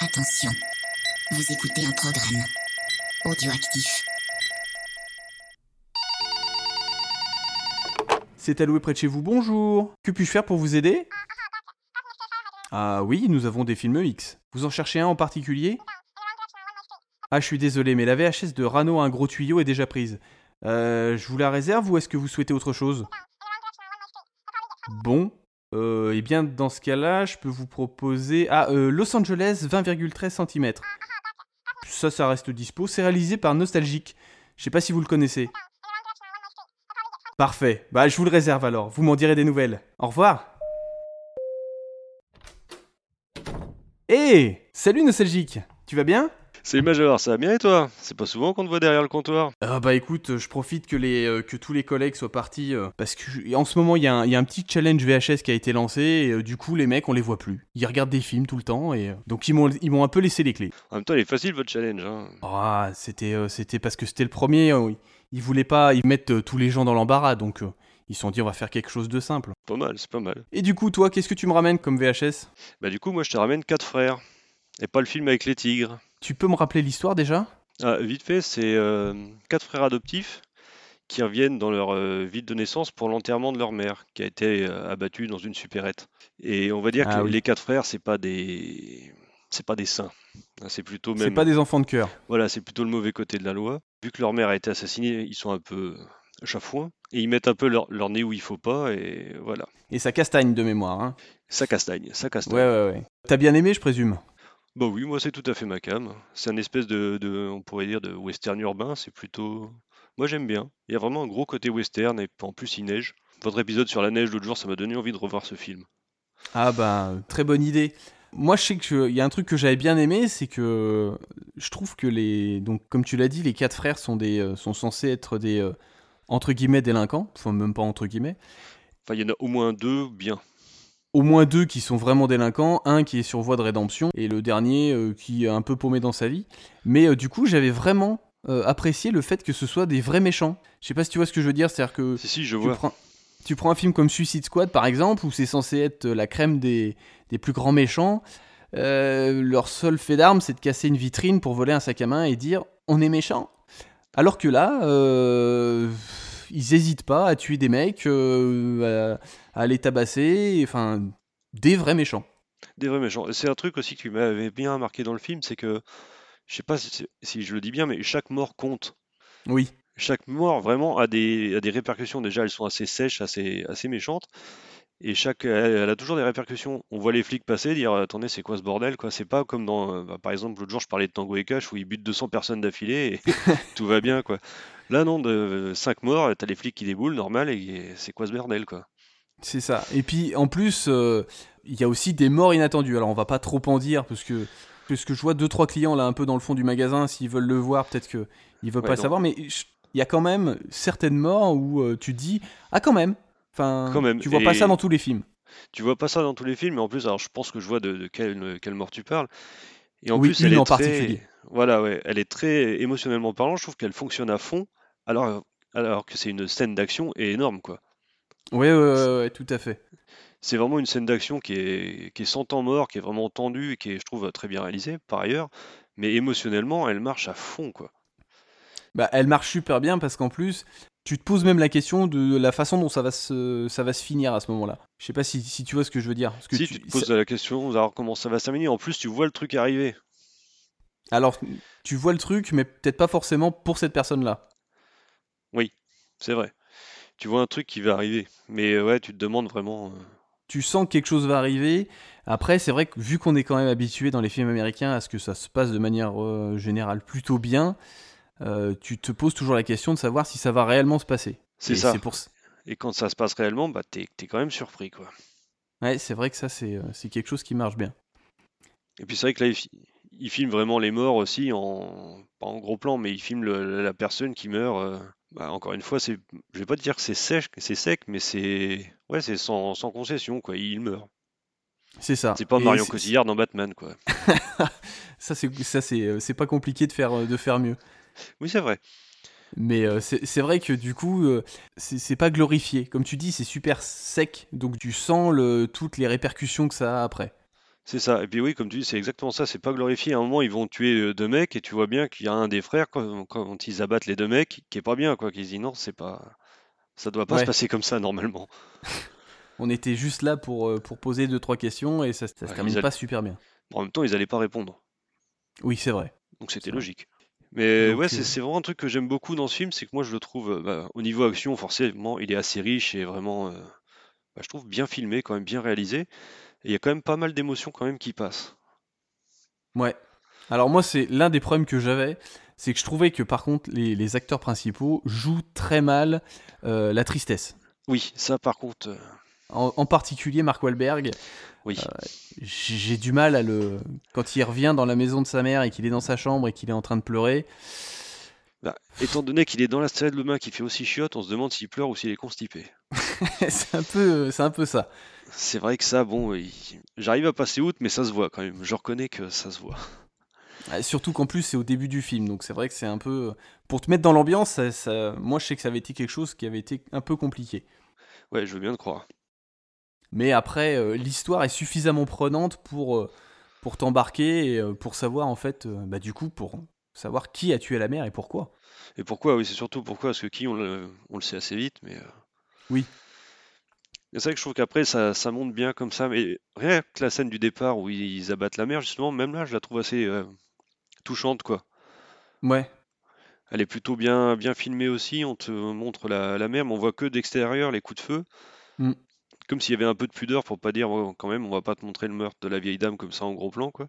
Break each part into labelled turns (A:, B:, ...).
A: Attention, vous écoutez un programme audioactif.
B: C'est alloué près de chez vous, bonjour Que puis-je faire pour vous aider Ah oui, nous avons des films X. Vous en cherchez un en particulier Ah, je suis désolé, mais la VHS de Rano à un gros tuyau est déjà prise. Euh, je vous la réserve ou est-ce que vous souhaitez autre chose Bon. Euh, eh bien, dans ce cas-là, je peux vous proposer... Ah, euh, Los Angeles, 20,13 cm. Ça, ça reste dispo. C'est réalisé par Nostalgique. Je sais pas si vous le connaissez. Parfait. Bah, je vous le réserve alors. Vous m'en direz des nouvelles. Au revoir. Hé Salut Nostalgique Tu vas bien
C: Salut Major, ça va bien et toi C'est pas souvent qu'on te voit derrière le comptoir.
B: Ah bah écoute, euh, je profite que, les, euh, que tous les collègues soient partis euh, parce que je- en ce moment il y, a un- il y a un petit challenge VHS qui a été lancé et euh, du coup les mecs on les voit plus. Ils regardent des films tout le temps et euh, donc ils m'ont ils m'ont un peu laissé les clés.
C: En même temps, il est facile votre challenge. Hein.
B: Ah c'était euh, c'était parce que c'était le premier. euh, ils, ils voulaient pas ils mettent euh, tous les gens dans l'embarras donc euh, ils se sont dit on va faire quelque chose de simple.
C: Pas mal, c'est pas mal.
B: Et du coup toi qu'est-ce que tu me ramènes comme VHS
C: Bah du coup, moi je te ramène quatre frères. Et pas le film avec les tigres.
B: Tu peux me rappeler l'histoire déjà
C: Ah, vite fait, c'est euh, quatre frères adoptifs qui reviennent dans leur euh, ville de naissance pour l'enterrement de leur mère, qui a été euh, abattue dans une supérette. Et on va dire
B: Ah
C: que
B: oui.
C: les quatre frères, c'est pas des, c'est pas des saints. Ah, C'est plutôt
B: C'est
C: même,
B: pas des enfants de cœur.
C: voilà, c'est plutôt le mauvais côté de la loi. Vu que leur mère a été assassinée, ils sont un peu euh, chafouins et ils mettent un peu leur, leur nez où il faut pas et voilà.
B: Et ça castagne de mémoire. Hein.
C: Ça castagne, ça castagne.
B: Ouais ouais ouais. T'as bien aimé je présume.
C: Bah oui, moi c'est tout à fait ma came. C'est un espèce de, de- on pourrait dire, de western urbain. C'est plutôt. Moi j'aime bien. Il y a vraiment un gros côté western et en plus il neige. Votre épisode sur la neige l'autre jour, ça m'a donné envie de revoir ce film.
B: Ah bah, euh, très bonne idée. Moi, je sais qu'il y a un truc que j'avais bien aimé, c'est que euh, je trouve que les. Donc, comme tu l'as dit, les quatre frères sont, des, euh, sont censés être des. euh, entre guillemets, délinquants. Enfin, même pas entre guillemets.
C: Enfin, il y en a au moins deux bien.
B: Au moins deux qui sont vraiment délinquants, un qui est sur voie de rédemption, et le dernier euh, qui est un peu paumé dans sa vie. Mais euh, du coup, j'avais vraiment euh, apprécié le fait que ce soit des vrais méchants. Je sais pas si tu vois ce que je veux dire, c'est-à-dire que
C: Si, si, je
B: tu
C: vois.
B: prends, tu prends un film comme Suicide Squad, par exemple, où c'est censé être euh, la crème des, des plus grands méchants. euh, leur seul fait d'arme, c'est de casser une vitrine pour voler un sac à main et dire on est méchant. Alors que là, euh, ils hésitent pas à tuer des mecs, euh, à, à les tabasser, enfin, des vrais méchants.
C: Des vrais méchants. C'est un truc aussi qui m'avait bien marqué dans le film, c'est que, je sais pas si, si je le dis bien, mais chaque mort compte.
B: Oui.
C: Chaque mort vraiment a des, a des répercussions. Déjà, elles sont assez sèches, assez, assez méchantes. Et chaque, elle, elle a toujours des répercussions. On voit les flics passer, dire euh, attendez, c'est quoi ce bordel quoi C'est pas comme dans, euh, bah, par exemple, l'autre jour, je parlais de Tango et Cash où ils butent 200 personnes d'affilée et tout va bien quoi. Là, non, de 5 morts, t'as les flics qui déboulent, normal, et, et c'est quoi ce bordel quoi
B: C'est ça. Et puis en plus, euh, il y a aussi des morts inattendues. Alors on va pas trop en dire parce que parce que je vois deux trois clients là un peu dans le fond du magasin. S'ils veulent le voir, peut-être que ils veulent
C: Ouais,
B: pas
C: non.
B: savoir. Mais je- il y a quand même certaines morts où euh, tu te dis ah quand même. Enfin,
C: Quand même.
B: tu vois pas
C: Et-
B: ça dans tous les films.
C: Tu vois pas ça dans tous les films, mais en plus, alors je pense que je vois de, de quelle, quelle mort tu parles. Et en
B: Oui,
C: plus, elle
B: une
C: est
B: en
C: très,
B: particulier.
C: Voilà, ouais, elle est très émotionnellement parlant. Je trouve qu'elle fonctionne à fond, alors, alors que c'est une scène d'action et énorme quoi.
B: Ouais, ouais, ouais, ouais, tout à fait.
C: C'est vraiment une scène d'action qui est, qui est sans temps mort, qui est vraiment tendue et qui est, je trouve, très bien réalisée par ailleurs. Mais émotionnellement, elle marche à fond, quoi.
B: Bah, elle marche super bien parce qu'en plus, tu te poses même la question de la façon dont ça va se, ça va se finir à ce moment-là. Je sais pas si, si tu vois ce que je veux dire. Parce que
C: si tu, te poses la question, alors comment ça va se terminer, en plus, tu vois le truc arriver.
B: Alors, tu vois le truc, mais peut-être pas forcément pour cette personne-là.
C: C'est vrai. Tu vois un truc qui va arriver. Mais euh, ouais, tu te demandes vraiment. euh,
B: tu sens que quelque chose va arriver. Après, c'est vrai que vu qu'on est quand même habitué dans les films américains à ce que ça se passe de manière euh, générale plutôt bien, euh, tu te poses toujours la question de savoir si ça va réellement se passer.
C: C'est
B: Et
C: ça.
B: C'est pour...
C: Et quand ça se passe réellement, bah, t'es, t'es quand même surpris, quoi.
B: ouais, c'est vrai que ça, c'est euh, c'est quelque chose qui marche bien.
C: Et puis c'est vrai que là, il, fi- il filme vraiment les morts aussi, en, pas en gros plan, mais il filme le- la personne qui meurt. euh, bah, encore une fois, c'est, je vais pas te dire que c'est sec, c'est sec, mais c'est, ouais, c'est sans, sans concession, quoi. Il meurt.
B: C'est ça.
C: C'est pas
B: Et
C: Marion
B: c'est-
C: Cotillard dans Batman, quoi.
B: Ça, c'est ça, c'est euh, c'est pas compliqué de faire, euh, de faire mieux.
C: Oui, c'est vrai.
B: Mais euh, c'est c'est vrai que du coup, euh, c'est c'est pas glorifié. Comme tu dis, c'est super sec, donc tu sens le, toutes les répercussions que ça a après.
C: C'est ça. Et puis oui, comme tu dis, c'est exactement ça. C'est pas glorifié. À un moment, ils vont tuer euh, deux mecs et tu vois bien qu'il y a un des frères quand, quand ils abattent les deux mecs qui est pas bien, quoi. Qui se dit non, c'est pas, ça doit pas
B: Ouais.
C: se passer comme ça normalement.
B: On était juste là pour, euh, pour poser deux trois questions et ça, ça se
C: Ouais,
B: termine
C: ils a-
B: pas super bien.
C: En même temps, ils allaient pas répondre,
B: Oui, c'est vrai.
C: donc
B: C'est
C: c'était
B: vrai.
C: logique. Mais
B: Donc,
C: ouais, c'est
B: euh,
C: c'est vraiment un truc que j'aime beaucoup dans ce film, c'est que moi je le trouve, euh, bah, au niveau action, forcément, il est assez riche et vraiment, euh, bah, je trouve bien filmé, quand même bien réalisé. Et il y a quand même pas mal d'émotions quand même qui passent.
B: Ouais. Alors moi, c'est l'un des problèmes que j'avais, c'est que je trouvais que par contre, les, les acteurs principaux jouent très mal euh, la tristesse.
C: Oui, ça par contre, euh,
B: En, en particulier Mark Wahlberg, Euh,
C: oui.
B: j'ai j'ai du mal à le... Quand il revient dans la maison de sa mère et qu'il est dans sa chambre et qu'il est en train de pleurer,
C: Bah, étant donné qu'il est dans la salle de bain qui fait aussi chiotte, on se demande s'il pleure ou s'il est constipé.
B: c'est un, peu- c'est un peu ça.
C: C'est vrai que ça, bon, il- j'arrive à passer outre, mais ça se voit quand même. Je reconnais que ça se voit.
B: Ah, Surtout qu'en plus, c'est au début du film, donc c'est vrai que c'est un peu... Pour te mettre dans l'ambiance, ça- ça- moi je sais que ça avait été quelque chose qui avait été un peu compliqué.
C: Ouais, je veux bien le croire.
B: Mais après, euh, l'histoire est suffisamment prenante pour, euh, pour t'embarquer et euh, pour savoir, en fait, euh, bah, du coup, pour savoir qui a tué la mère et pourquoi.
C: Et pourquoi? Oui, c'est surtout pourquoi, parce que qui, on le, on le sait assez vite, mais. euh,
B: Oui.
C: C'est vrai que je trouve qu'après, ça, ça monte bien comme ça, mais rien que la scène du départ où ils abattent la mer, justement, même là, je la trouve assez euh, touchante, quoi.
B: Ouais,
C: Elle est plutôt bien, bien filmée aussi, on te montre la, la mer, mais on voit que d'extérieur les coups de feu.
B: Mm.
C: Comme s'il y avait un peu de pudeur pour pas dire, Ouais, quand même, on va pas te montrer le meurtre de la vieille dame comme ça en gros plan, quoi.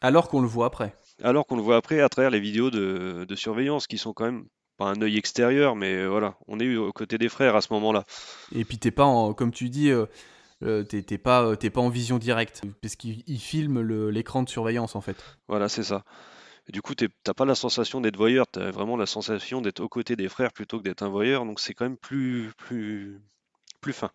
B: alors qu'on le voit après.
C: Alors qu'on le voit après à travers les vidéos de, de surveillance qui sont quand même pas un œil extérieur, mais euh, voilà, on est aux côtés des frères à ce moment-là.
B: Et puis, t'es pas, en- comme tu dis, euh, euh, t'es t'es pas, euh, t'es pas en vision directe, parce qu'il il filme le- l'écran de surveillance, en fait.
C: Voilà, c'est ça. Et du coup, t'es- t'as pas la sensation d'être voyeur, t'as vraiment la sensation d'être aux côtés des frères plutôt que d'être un voyeur, donc c'est quand même plus, plus, plus fin.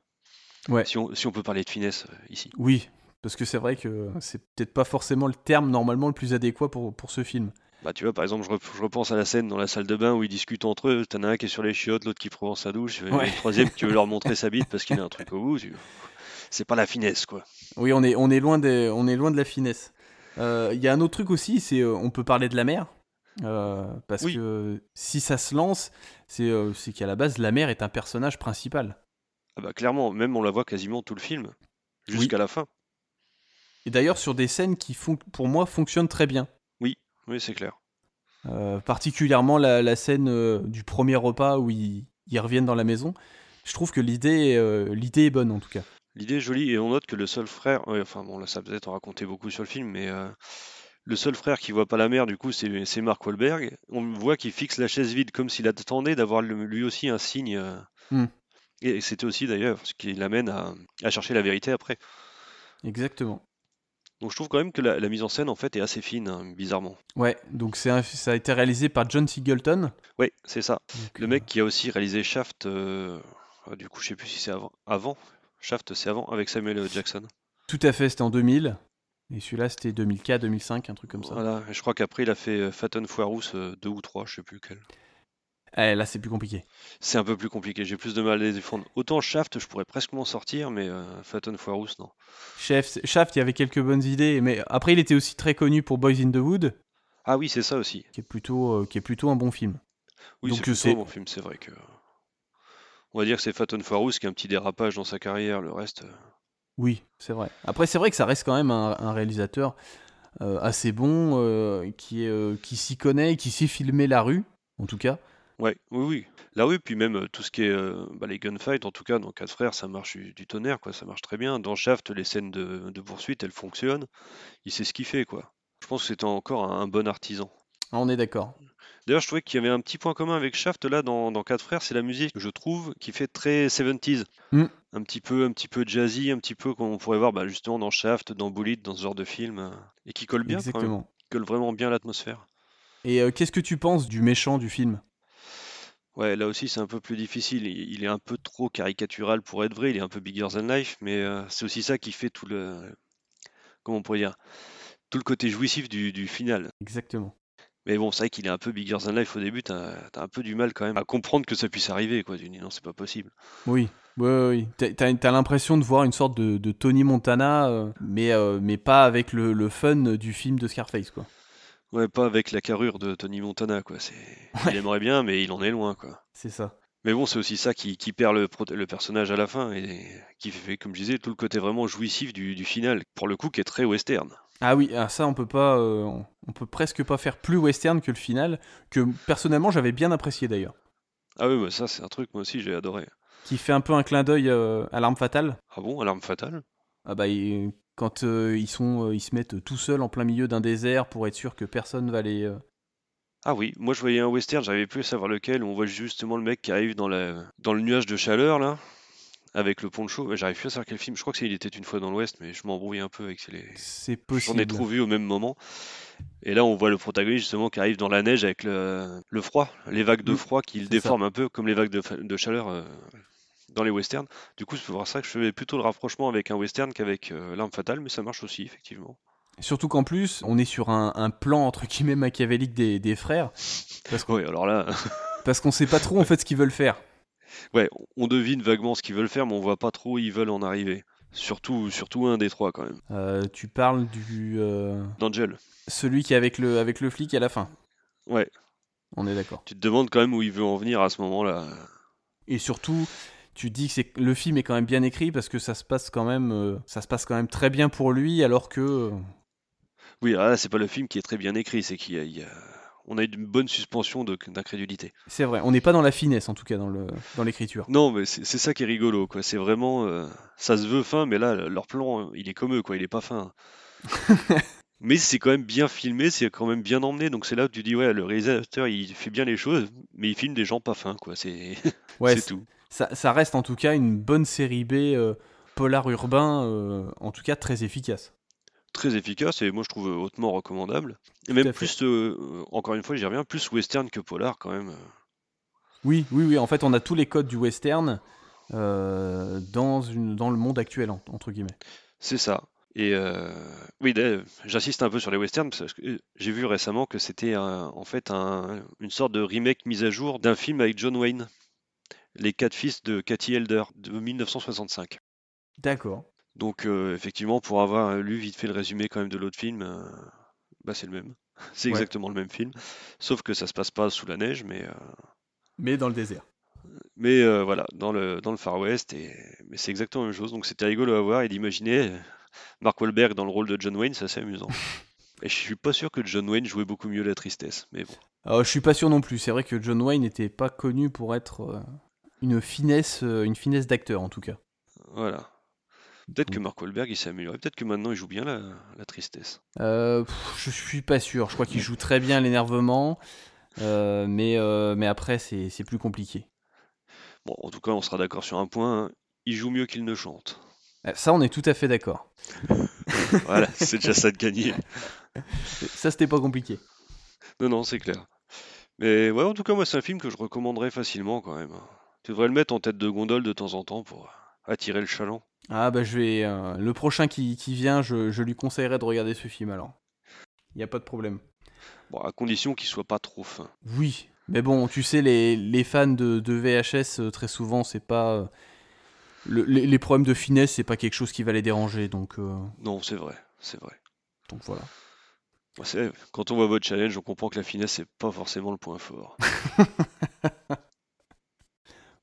B: Ouais.
C: Si on, si on peut parler de finesse euh, ici.
B: Oui, parce que c'est vrai que c'est peut-être pas forcément le terme normalement le plus adéquat pour, pour ce film.
C: Bah tu vois, par exemple, je, rep- je repense à la scène dans la salle de bain où ils discutent entre eux, t'en as un qui est sur les chiottes, l'autre qui prend sa douche, et
B: Ouais.
C: le troisième qui veut leur montrer sa bite parce qu'il a un truc au bout. tu- C'est pas la finesse, quoi.
B: Oui, on est, on est, loin, des, on est loin de la finesse. Euh, Il y a un autre truc aussi, c'est euh, on peut parler de la mer. Euh, parce
C: Oui.
B: que si ça se lance, c'est euh, c'est qu'à la base, la mer est un personnage principal.
C: Ah bah clairement, même on la voit quasiment tout le film, jusqu'à la fin.
B: Et d'ailleurs, sur des scènes qui, fon- pour moi, fonctionnent très bien.
C: Oui, c'est clair.
B: Euh, particulièrement la, la scène euh, du premier repas où ils, ils reviennent dans la maison. Je trouve que l'idée euh, l'idée est bonne en tout cas.
C: L'idée est jolie, et on note que le seul frère, ouais, enfin bon, là ça a peut-être raconté beaucoup sur le film, mais euh, le seul frère qui voit pas la mer, du coup, c'est c'est Mark Wahlberg. On voit qu'il fixe la chaise vide comme s'il attendait d'avoir le- lui aussi un signe. euh,
B: Hmm.
C: Et et c'était aussi d'ailleurs ce qui l'amène à, à chercher la vérité après.
B: Exactement.
C: Donc je trouve quand même que la, la mise en scène en fait est assez fine, hein, bizarrement.
B: Ouais, donc c'est un- ça a été réalisé par John Singleton.
C: Ouais, c'est ça.
B: Donc,
C: Le mec qui a aussi réalisé Shaft, euh, euh, du coup je sais plus si c'est avant, avant. Shaft c'est avant avec Samuel L. Jackson.
B: Tout à fait, c'était en 2000. Et celui-là, c'était 2004, 2005, un truc comme ça.
C: Voilà, et je crois qu'après il a fait euh, Fat and Foirous 2 ou 3, je sais plus lequel.
B: Eh, là, c'est plus compliqué.
C: C'est un peu plus compliqué, j'ai plus de mal à les défendre. Autant Shaft je pourrais presque m'en sortir, mais euh, Fat and Foirous non.
B: Chef, Shaft, il y avait quelques bonnes idées, mais après, il était aussi très connu pour Boys in the Wood,
C: Ah oui c'est ça aussi.
B: qui est plutôt, euh, qui est plutôt un bon film.
C: Oui
B: Donc,
C: c'est
B: euh,
C: plutôt
B: c'est-
C: un bon film, c'est vrai que... On va dire que c'est Fat and Foirous qui a un petit dérapage dans sa carrière, le reste... euh,
B: Oui, c'est vrai. Après, c'est vrai que ça reste quand même un, un réalisateur euh, assez bon, euh, qui, est, euh, qui s'y connaît, qui sait filmer la rue, en tout cas.
C: Ouais, oui, oui. Là, oui, puis même euh, tout ce qui est euh, bah, les gunfights, en tout cas, dans 4 frères, ça marche du, du tonnerre, quoi. Ça marche très bien. Dans Shaft, les scènes de, de poursuite, elles fonctionnent. Il sait ce qu'il fait, quoi. Je pense que c'était encore un, un bon artisan.
B: Ah, on est d'accord.
C: D'ailleurs, je trouvais qu'il y avait un petit point commun avec Shaft, là, dans, dans 4 frères, c'est la musique, je trouve, qui fait très 70s.
B: Mm.
C: Un petit peu, un petit peu jazzy, un petit peu qu'on pourrait voir bah, justement dans Shaft, dans Bullitt, dans ce genre de film, euh, et qui colle bien, quand même,
B: Exactement.
C: qui colle vraiment bien à l'atmosphère.
B: Et euh, qu'est-ce que tu penses du méchant du film
C: Ouais, là aussi c'est un peu plus difficile. Il il est un peu trop caricatural pour être vrai. Il est un peu bigger than life, mais euh, c'est aussi ça qui fait tout le, comment on pourrait dire, tout le côté jouissif du, du final.
B: Exactement.
C: Mais bon, c'est vrai qu'il est un peu bigger than life au début. T'as, t'as un peu du mal quand même à comprendre que ça puisse arriver, quoi. Tu dis non, c'est pas possible.
B: Oui, Oui, oui. T'as- T'as t'as l'impression de voir une sorte de, de Tony Montana, euh, mais, euh, mais pas avec le, le fun du film de Scarface, quoi.
C: Ouais, pas avec la carrure de Tony Montana, quoi. C'est... Il aimerait bien, mais il en est loin, quoi.
B: C'est ça.
C: Mais bon, c'est aussi ça qui, qui perd le, prot- le personnage à la fin et qui fait, comme je disais, tout le côté vraiment jouissif du, du final, pour le coup, qui est très western.
B: Ah oui, ah, ça on peut pas, euh, on- on peut presque pas faire plus western que le final, que personnellement j'avais bien apprécié d'ailleurs,
C: Ah oui, bah ça, c'est un truc, moi aussi, j'ai adoré.
B: qui fait un peu un clin d'œil euh, à l'arme fatale.
C: Ah bon, Alarme Fatale
B: Ah bah il- quand euh, ils sont, euh, ils se mettent tout seuls en plein milieu d'un désert pour être sûr que personne va les. euh,
C: Ah oui, moi je voyais un western, j'arrivais plus à savoir lequel, on voit justement le mec qui arrive dans, la, dans le nuage de chaleur, là, avec le poncho, Ouais, j'arrive plus à savoir quel film, je crois que c'est Il était une fois dans l'Ouest, mais je m'embrouille un peu avec les...
B: C'est
C: J'en
B: possible.
C: ai trop vu au même moment. Et là, on voit le protagoniste justement qui arrive dans la neige avec le, le froid, les vagues de
B: Mm,
C: froid qui le
B: c'est ça.
C: déforment un peu, comme les vagues de, fa- de chaleur euh, dans les westerns. Du coup, c'est pour ça que je fais plutôt le rapprochement avec un western qu'avec euh, l'arme fatale, mais ça marche aussi, effectivement.
B: Surtout qu'en plus on est sur un, un plan entre guillemets machiavélique des, des frères, parce qu'on
C: Ouais, alors là,
B: parce qu'on sait pas trop en fait ce qu'ils veulent faire.
C: ouais, on devine vaguement ce qu'ils veulent faire, mais on voit pas trop où ils veulent en arriver. Surtout, surtout un des trois, quand même.
B: Euh, tu parles du euh,
C: D'Angel,
B: celui qui est avec le avec le flic à la fin.
C: Ouais.
B: On est d'accord.
C: tu te demandes quand même où il veut en venir à ce moment-là.
B: et surtout tu dis que c'est le film est quand même bien écrit parce que ça se passe quand même euh, ça se passe quand même très bien pour lui alors que euh,
C: Oui, alors là, c'est pas le film qui est très bien écrit, c'est qu'il y a- il y a- On a une bonne suspension de- d'incrédulité.
B: c'est vrai on n'est pas dans la finesse en tout cas dans le dans l'écriture
C: Non, mais c'est c'est ça qui est rigolo, quoi. C'est vraiment, euh, ça se veut fin, mais là, le- leur plan, euh, il est comme eux, quoi. Il est pas fin. mais c'est quand même bien filmé, c'est quand même bien emmené. Donc c'est là où tu dis, ouais, le réalisateur, il fait bien les choses, mais il filme des gens pas fins, quoi. C'est
B: ouais
C: c'est
B: c-
C: tout.
B: ça, ça reste en tout cas une bonne série B euh, polar urbain euh, en tout cas très efficace
C: Très efficace et moi je trouve euh, hautement recommandable. Et
B: à
C: même
B: fait.
C: plus, euh, euh, encore une fois, j'y reviens, plus western que polar quand même. euh,
B: oui oui oui en fait on a tous les codes du western euh, dans une dans le monde actuel en- entre guillemets
C: C'est ça. Et euh, oui, d'ailleurs, j'insiste un peu sur les westerns parce que euh, j'ai vu récemment que c'était un- en fait un- une sorte de remake mise à jour d'un film avec John Wayne, Les Quatre Fils de Cathy Elder de 1965.
B: d'accord
C: Donc euh, effectivement, pour avoir euh, lu vite fait le résumé quand même de l'autre film, euh, bah c'est le même. C'est
B: Ouais.
C: exactement le même film, sauf que ça se passe pas sous la neige, mais euh,
B: mais dans le désert
C: mais euh, voilà, dans le, dans le Far West, et, mais c'est exactement la même chose. Donc c'était rigolo à voir et d'imaginer euh, Mark Wahlberg dans le rôle de John Wayne, c'est assez amusant. et je suis pas sûr que John Wayne jouait beaucoup mieux la tristesse, mais bon.
B: Euh, je suis pas sûr non plus. C'est vrai que John Wayne n'était pas connu pour être euh, une finesse, euh, une finesse d'acteur en tout cas.
C: Voilà. Peut-être que Mark Wahlberg il s'est amélioré, peut-être que maintenant il joue bien la, la tristesse.
B: Euh, pff, je suis pas sûr. Je crois qu'il joue très bien l'énervement, euh, mais euh, mais après c'est c'est plus compliqué.
C: Bon, en tout cas, on sera d'accord sur un point, hein, il joue mieux qu'il ne chante.
B: Euh, Ça, on est tout à fait d'accord.
C: Voilà, c'est déjà ça de gagner.
B: Ça, c'était pas compliqué.
C: Non, non, c'est clair. Mais ouais, en tout cas, moi c'est un film que je recommanderais facilement quand même. hein. Tu devrais le mettre en tête de gondole de temps en temps pour attirer le chaland.
B: Ah bah je vais euh, le prochain qui, qui vient, je, je lui conseillerais de regarder ce film alors. Il y a pas de problème.
C: Bon, à condition qu'il soit pas trop fin.
B: Oui, mais bon, tu sais, les, les fans de, de VHS, euh, très souvent, c'est pas. euh, le- les, les problèmes de finesse, c'est pas quelque chose qui va les déranger, donc, euh,
C: Non, c'est vrai, c'est vrai.
B: donc voilà.
C: Bon, c'est- Quand on voit votre challenge, on comprend que la finesse, c'est pas forcément le point fort.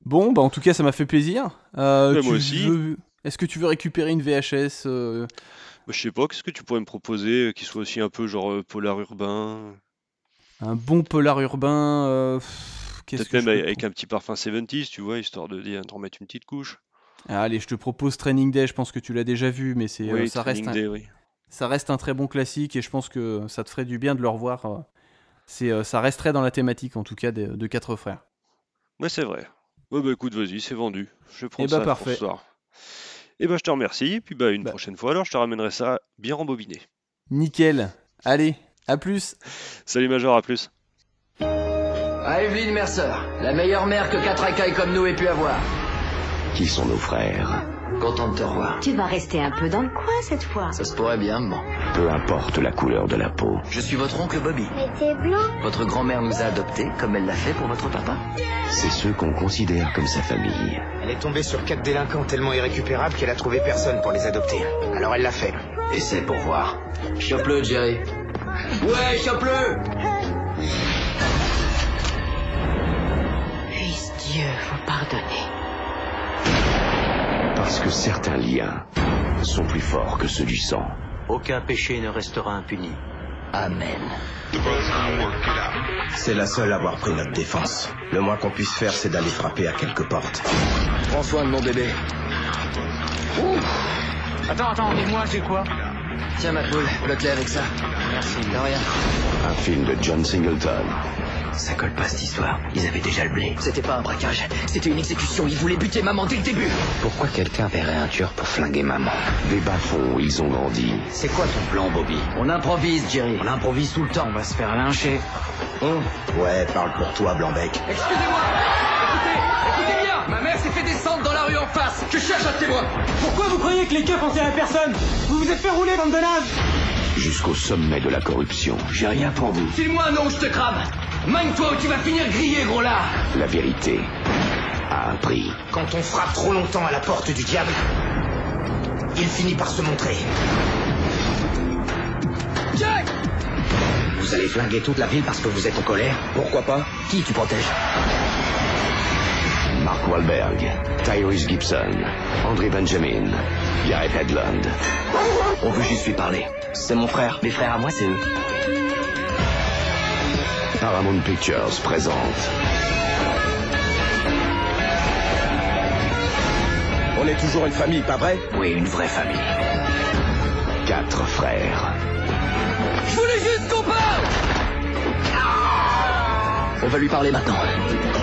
B: Bon, bah en tout cas, ça m'a fait plaisir. Euh,
C: Bah,
B: tu
C: moi aussi.
B: veux- Est-ce que tu veux récupérer une VHS euh,
C: Bah, je sais pas, qu'est-ce que tu pourrais me proposer euh, qui soit aussi un peu genre euh, polar urbain,
B: Un bon polar urbain euh, pff, Qu'est-ce
C: peut-être
B: que
C: même
B: je peux
C: avec,
B: te
C: avec un petit parfum 70s, tu vois, histoire de dire, d'en mettre une petite couche.
B: pro- Ah, Allez, je te propose Training Day, je pense que tu l'as déjà vu, mais c'est, euh,
C: oui,
B: ça,
C: Training
B: reste un,
C: Day, oui.
B: ça reste un très bon classique et je pense que ça te ferait du bien de le revoir. euh. C'est, euh, ça resterait dans la thématique, en tout cas, des- de Quatre Frères.
C: Ouais, c'est vrai. Ouais, bah écoute, vas-y, c'est vendu. Je prends
B: Eh bah,
C: ça pour
B: parfait.
C: ce soir. Et bah je te remercie, et puis bah une
B: Bah.
C: prochaine fois alors, je te ramènerai ça bien rembobiné.
B: Nickel. Allez, à plus.
C: Salut Major, à plus.
D: À Ah, Evelyne Mercer, la meilleure mère que quatre écailles comme nous ait pu avoir.
E: Qui sont nos frères
D: Content de te revoir.
E: Tu vas rester un peu dans le coin cette fois.
D: Ça se pourrait bien, maman.
F: Peu importe la couleur de la peau.
D: Je suis votre oncle Bobby.
G: Mais t'es blanc.
D: Votre grand-mère nous a adoptés comme elle l'a fait pour votre papa.
F: C'est ceux qu'on considère comme sa famille.
H: Elle est tombée sur quatre délinquants tellement irrécupérables qu'elle a trouvé personne pour les adopter. Alors elle l'a fait.
D: Essaie pour voir. Chope-le, Jerry. Ouais, chope-le
E: Puisse Dieu vous pardonner.
F: Parce que certains liens sont plus forts que ceux du sang.
I: Aucun péché ne restera impuni.
D: Amen.
J: C'est la seule à avoir pris notre défense. Le moins qu'on puisse faire, c'est d'aller frapper à quelques portes.
D: François, mon bébé.
K: Ouh. Attends, attends, et moi, j'ai quoi
D: Tiens, ma poule, bloque-les avec ça.
K: Merci.
D: De rien.
F: Un film de John Singleton.
D: Ça colle pas cette histoire. Ils avaient déjà le blé. C'était pas un braquage, c'était une exécution. Ils voulaient buter maman dès le début.
I: Pourquoi quelqu'un verrait un tueur pour flinguer maman
F: Des bas-fonds, ils ont grandi.
I: C'est quoi ton plan, Bobby
D: On improvise, Jerry.
I: On improvise tout le temps.
K: On va se faire lyncher.
J: Oh. Ouais, parle pour toi, Blanbec.
D: Excusez-moi Écoutez Écoutez bien Ma mère s'est fait descendre dans la rue en face Je cherche un témoin
K: Pourquoi vous croyez que les keufs ont à personne Vous vous êtes fait rouler, bande de
F: Jusqu'au sommet de la corruption, j'ai rien pour vous.
D: File-moi non, je te crame Magne-toi ou tu vas finir grillé, gros là
F: La vérité a un prix.
H: Quand on frappe trop longtemps à la porte du diable, il finit par se montrer.
D: Jack
I: Vous allez flinguer toute la ville parce que vous êtes en colère
J: Pourquoi pas
I: Qui tu protèges
F: Mark Wahlberg, Tyrese Gibson, André Benjamin, Jared Headland.
I: On veut juste lui parler. C'est mon frère. Mes frères à moi, c'est eux.
F: Paramount Pictures présente.
J: On est toujours une famille, pas vrai
I: Oui, une vraie famille.
F: Quatre frères.
D: Je voulais juste qu'on parle
I: On va lui parler maintenant.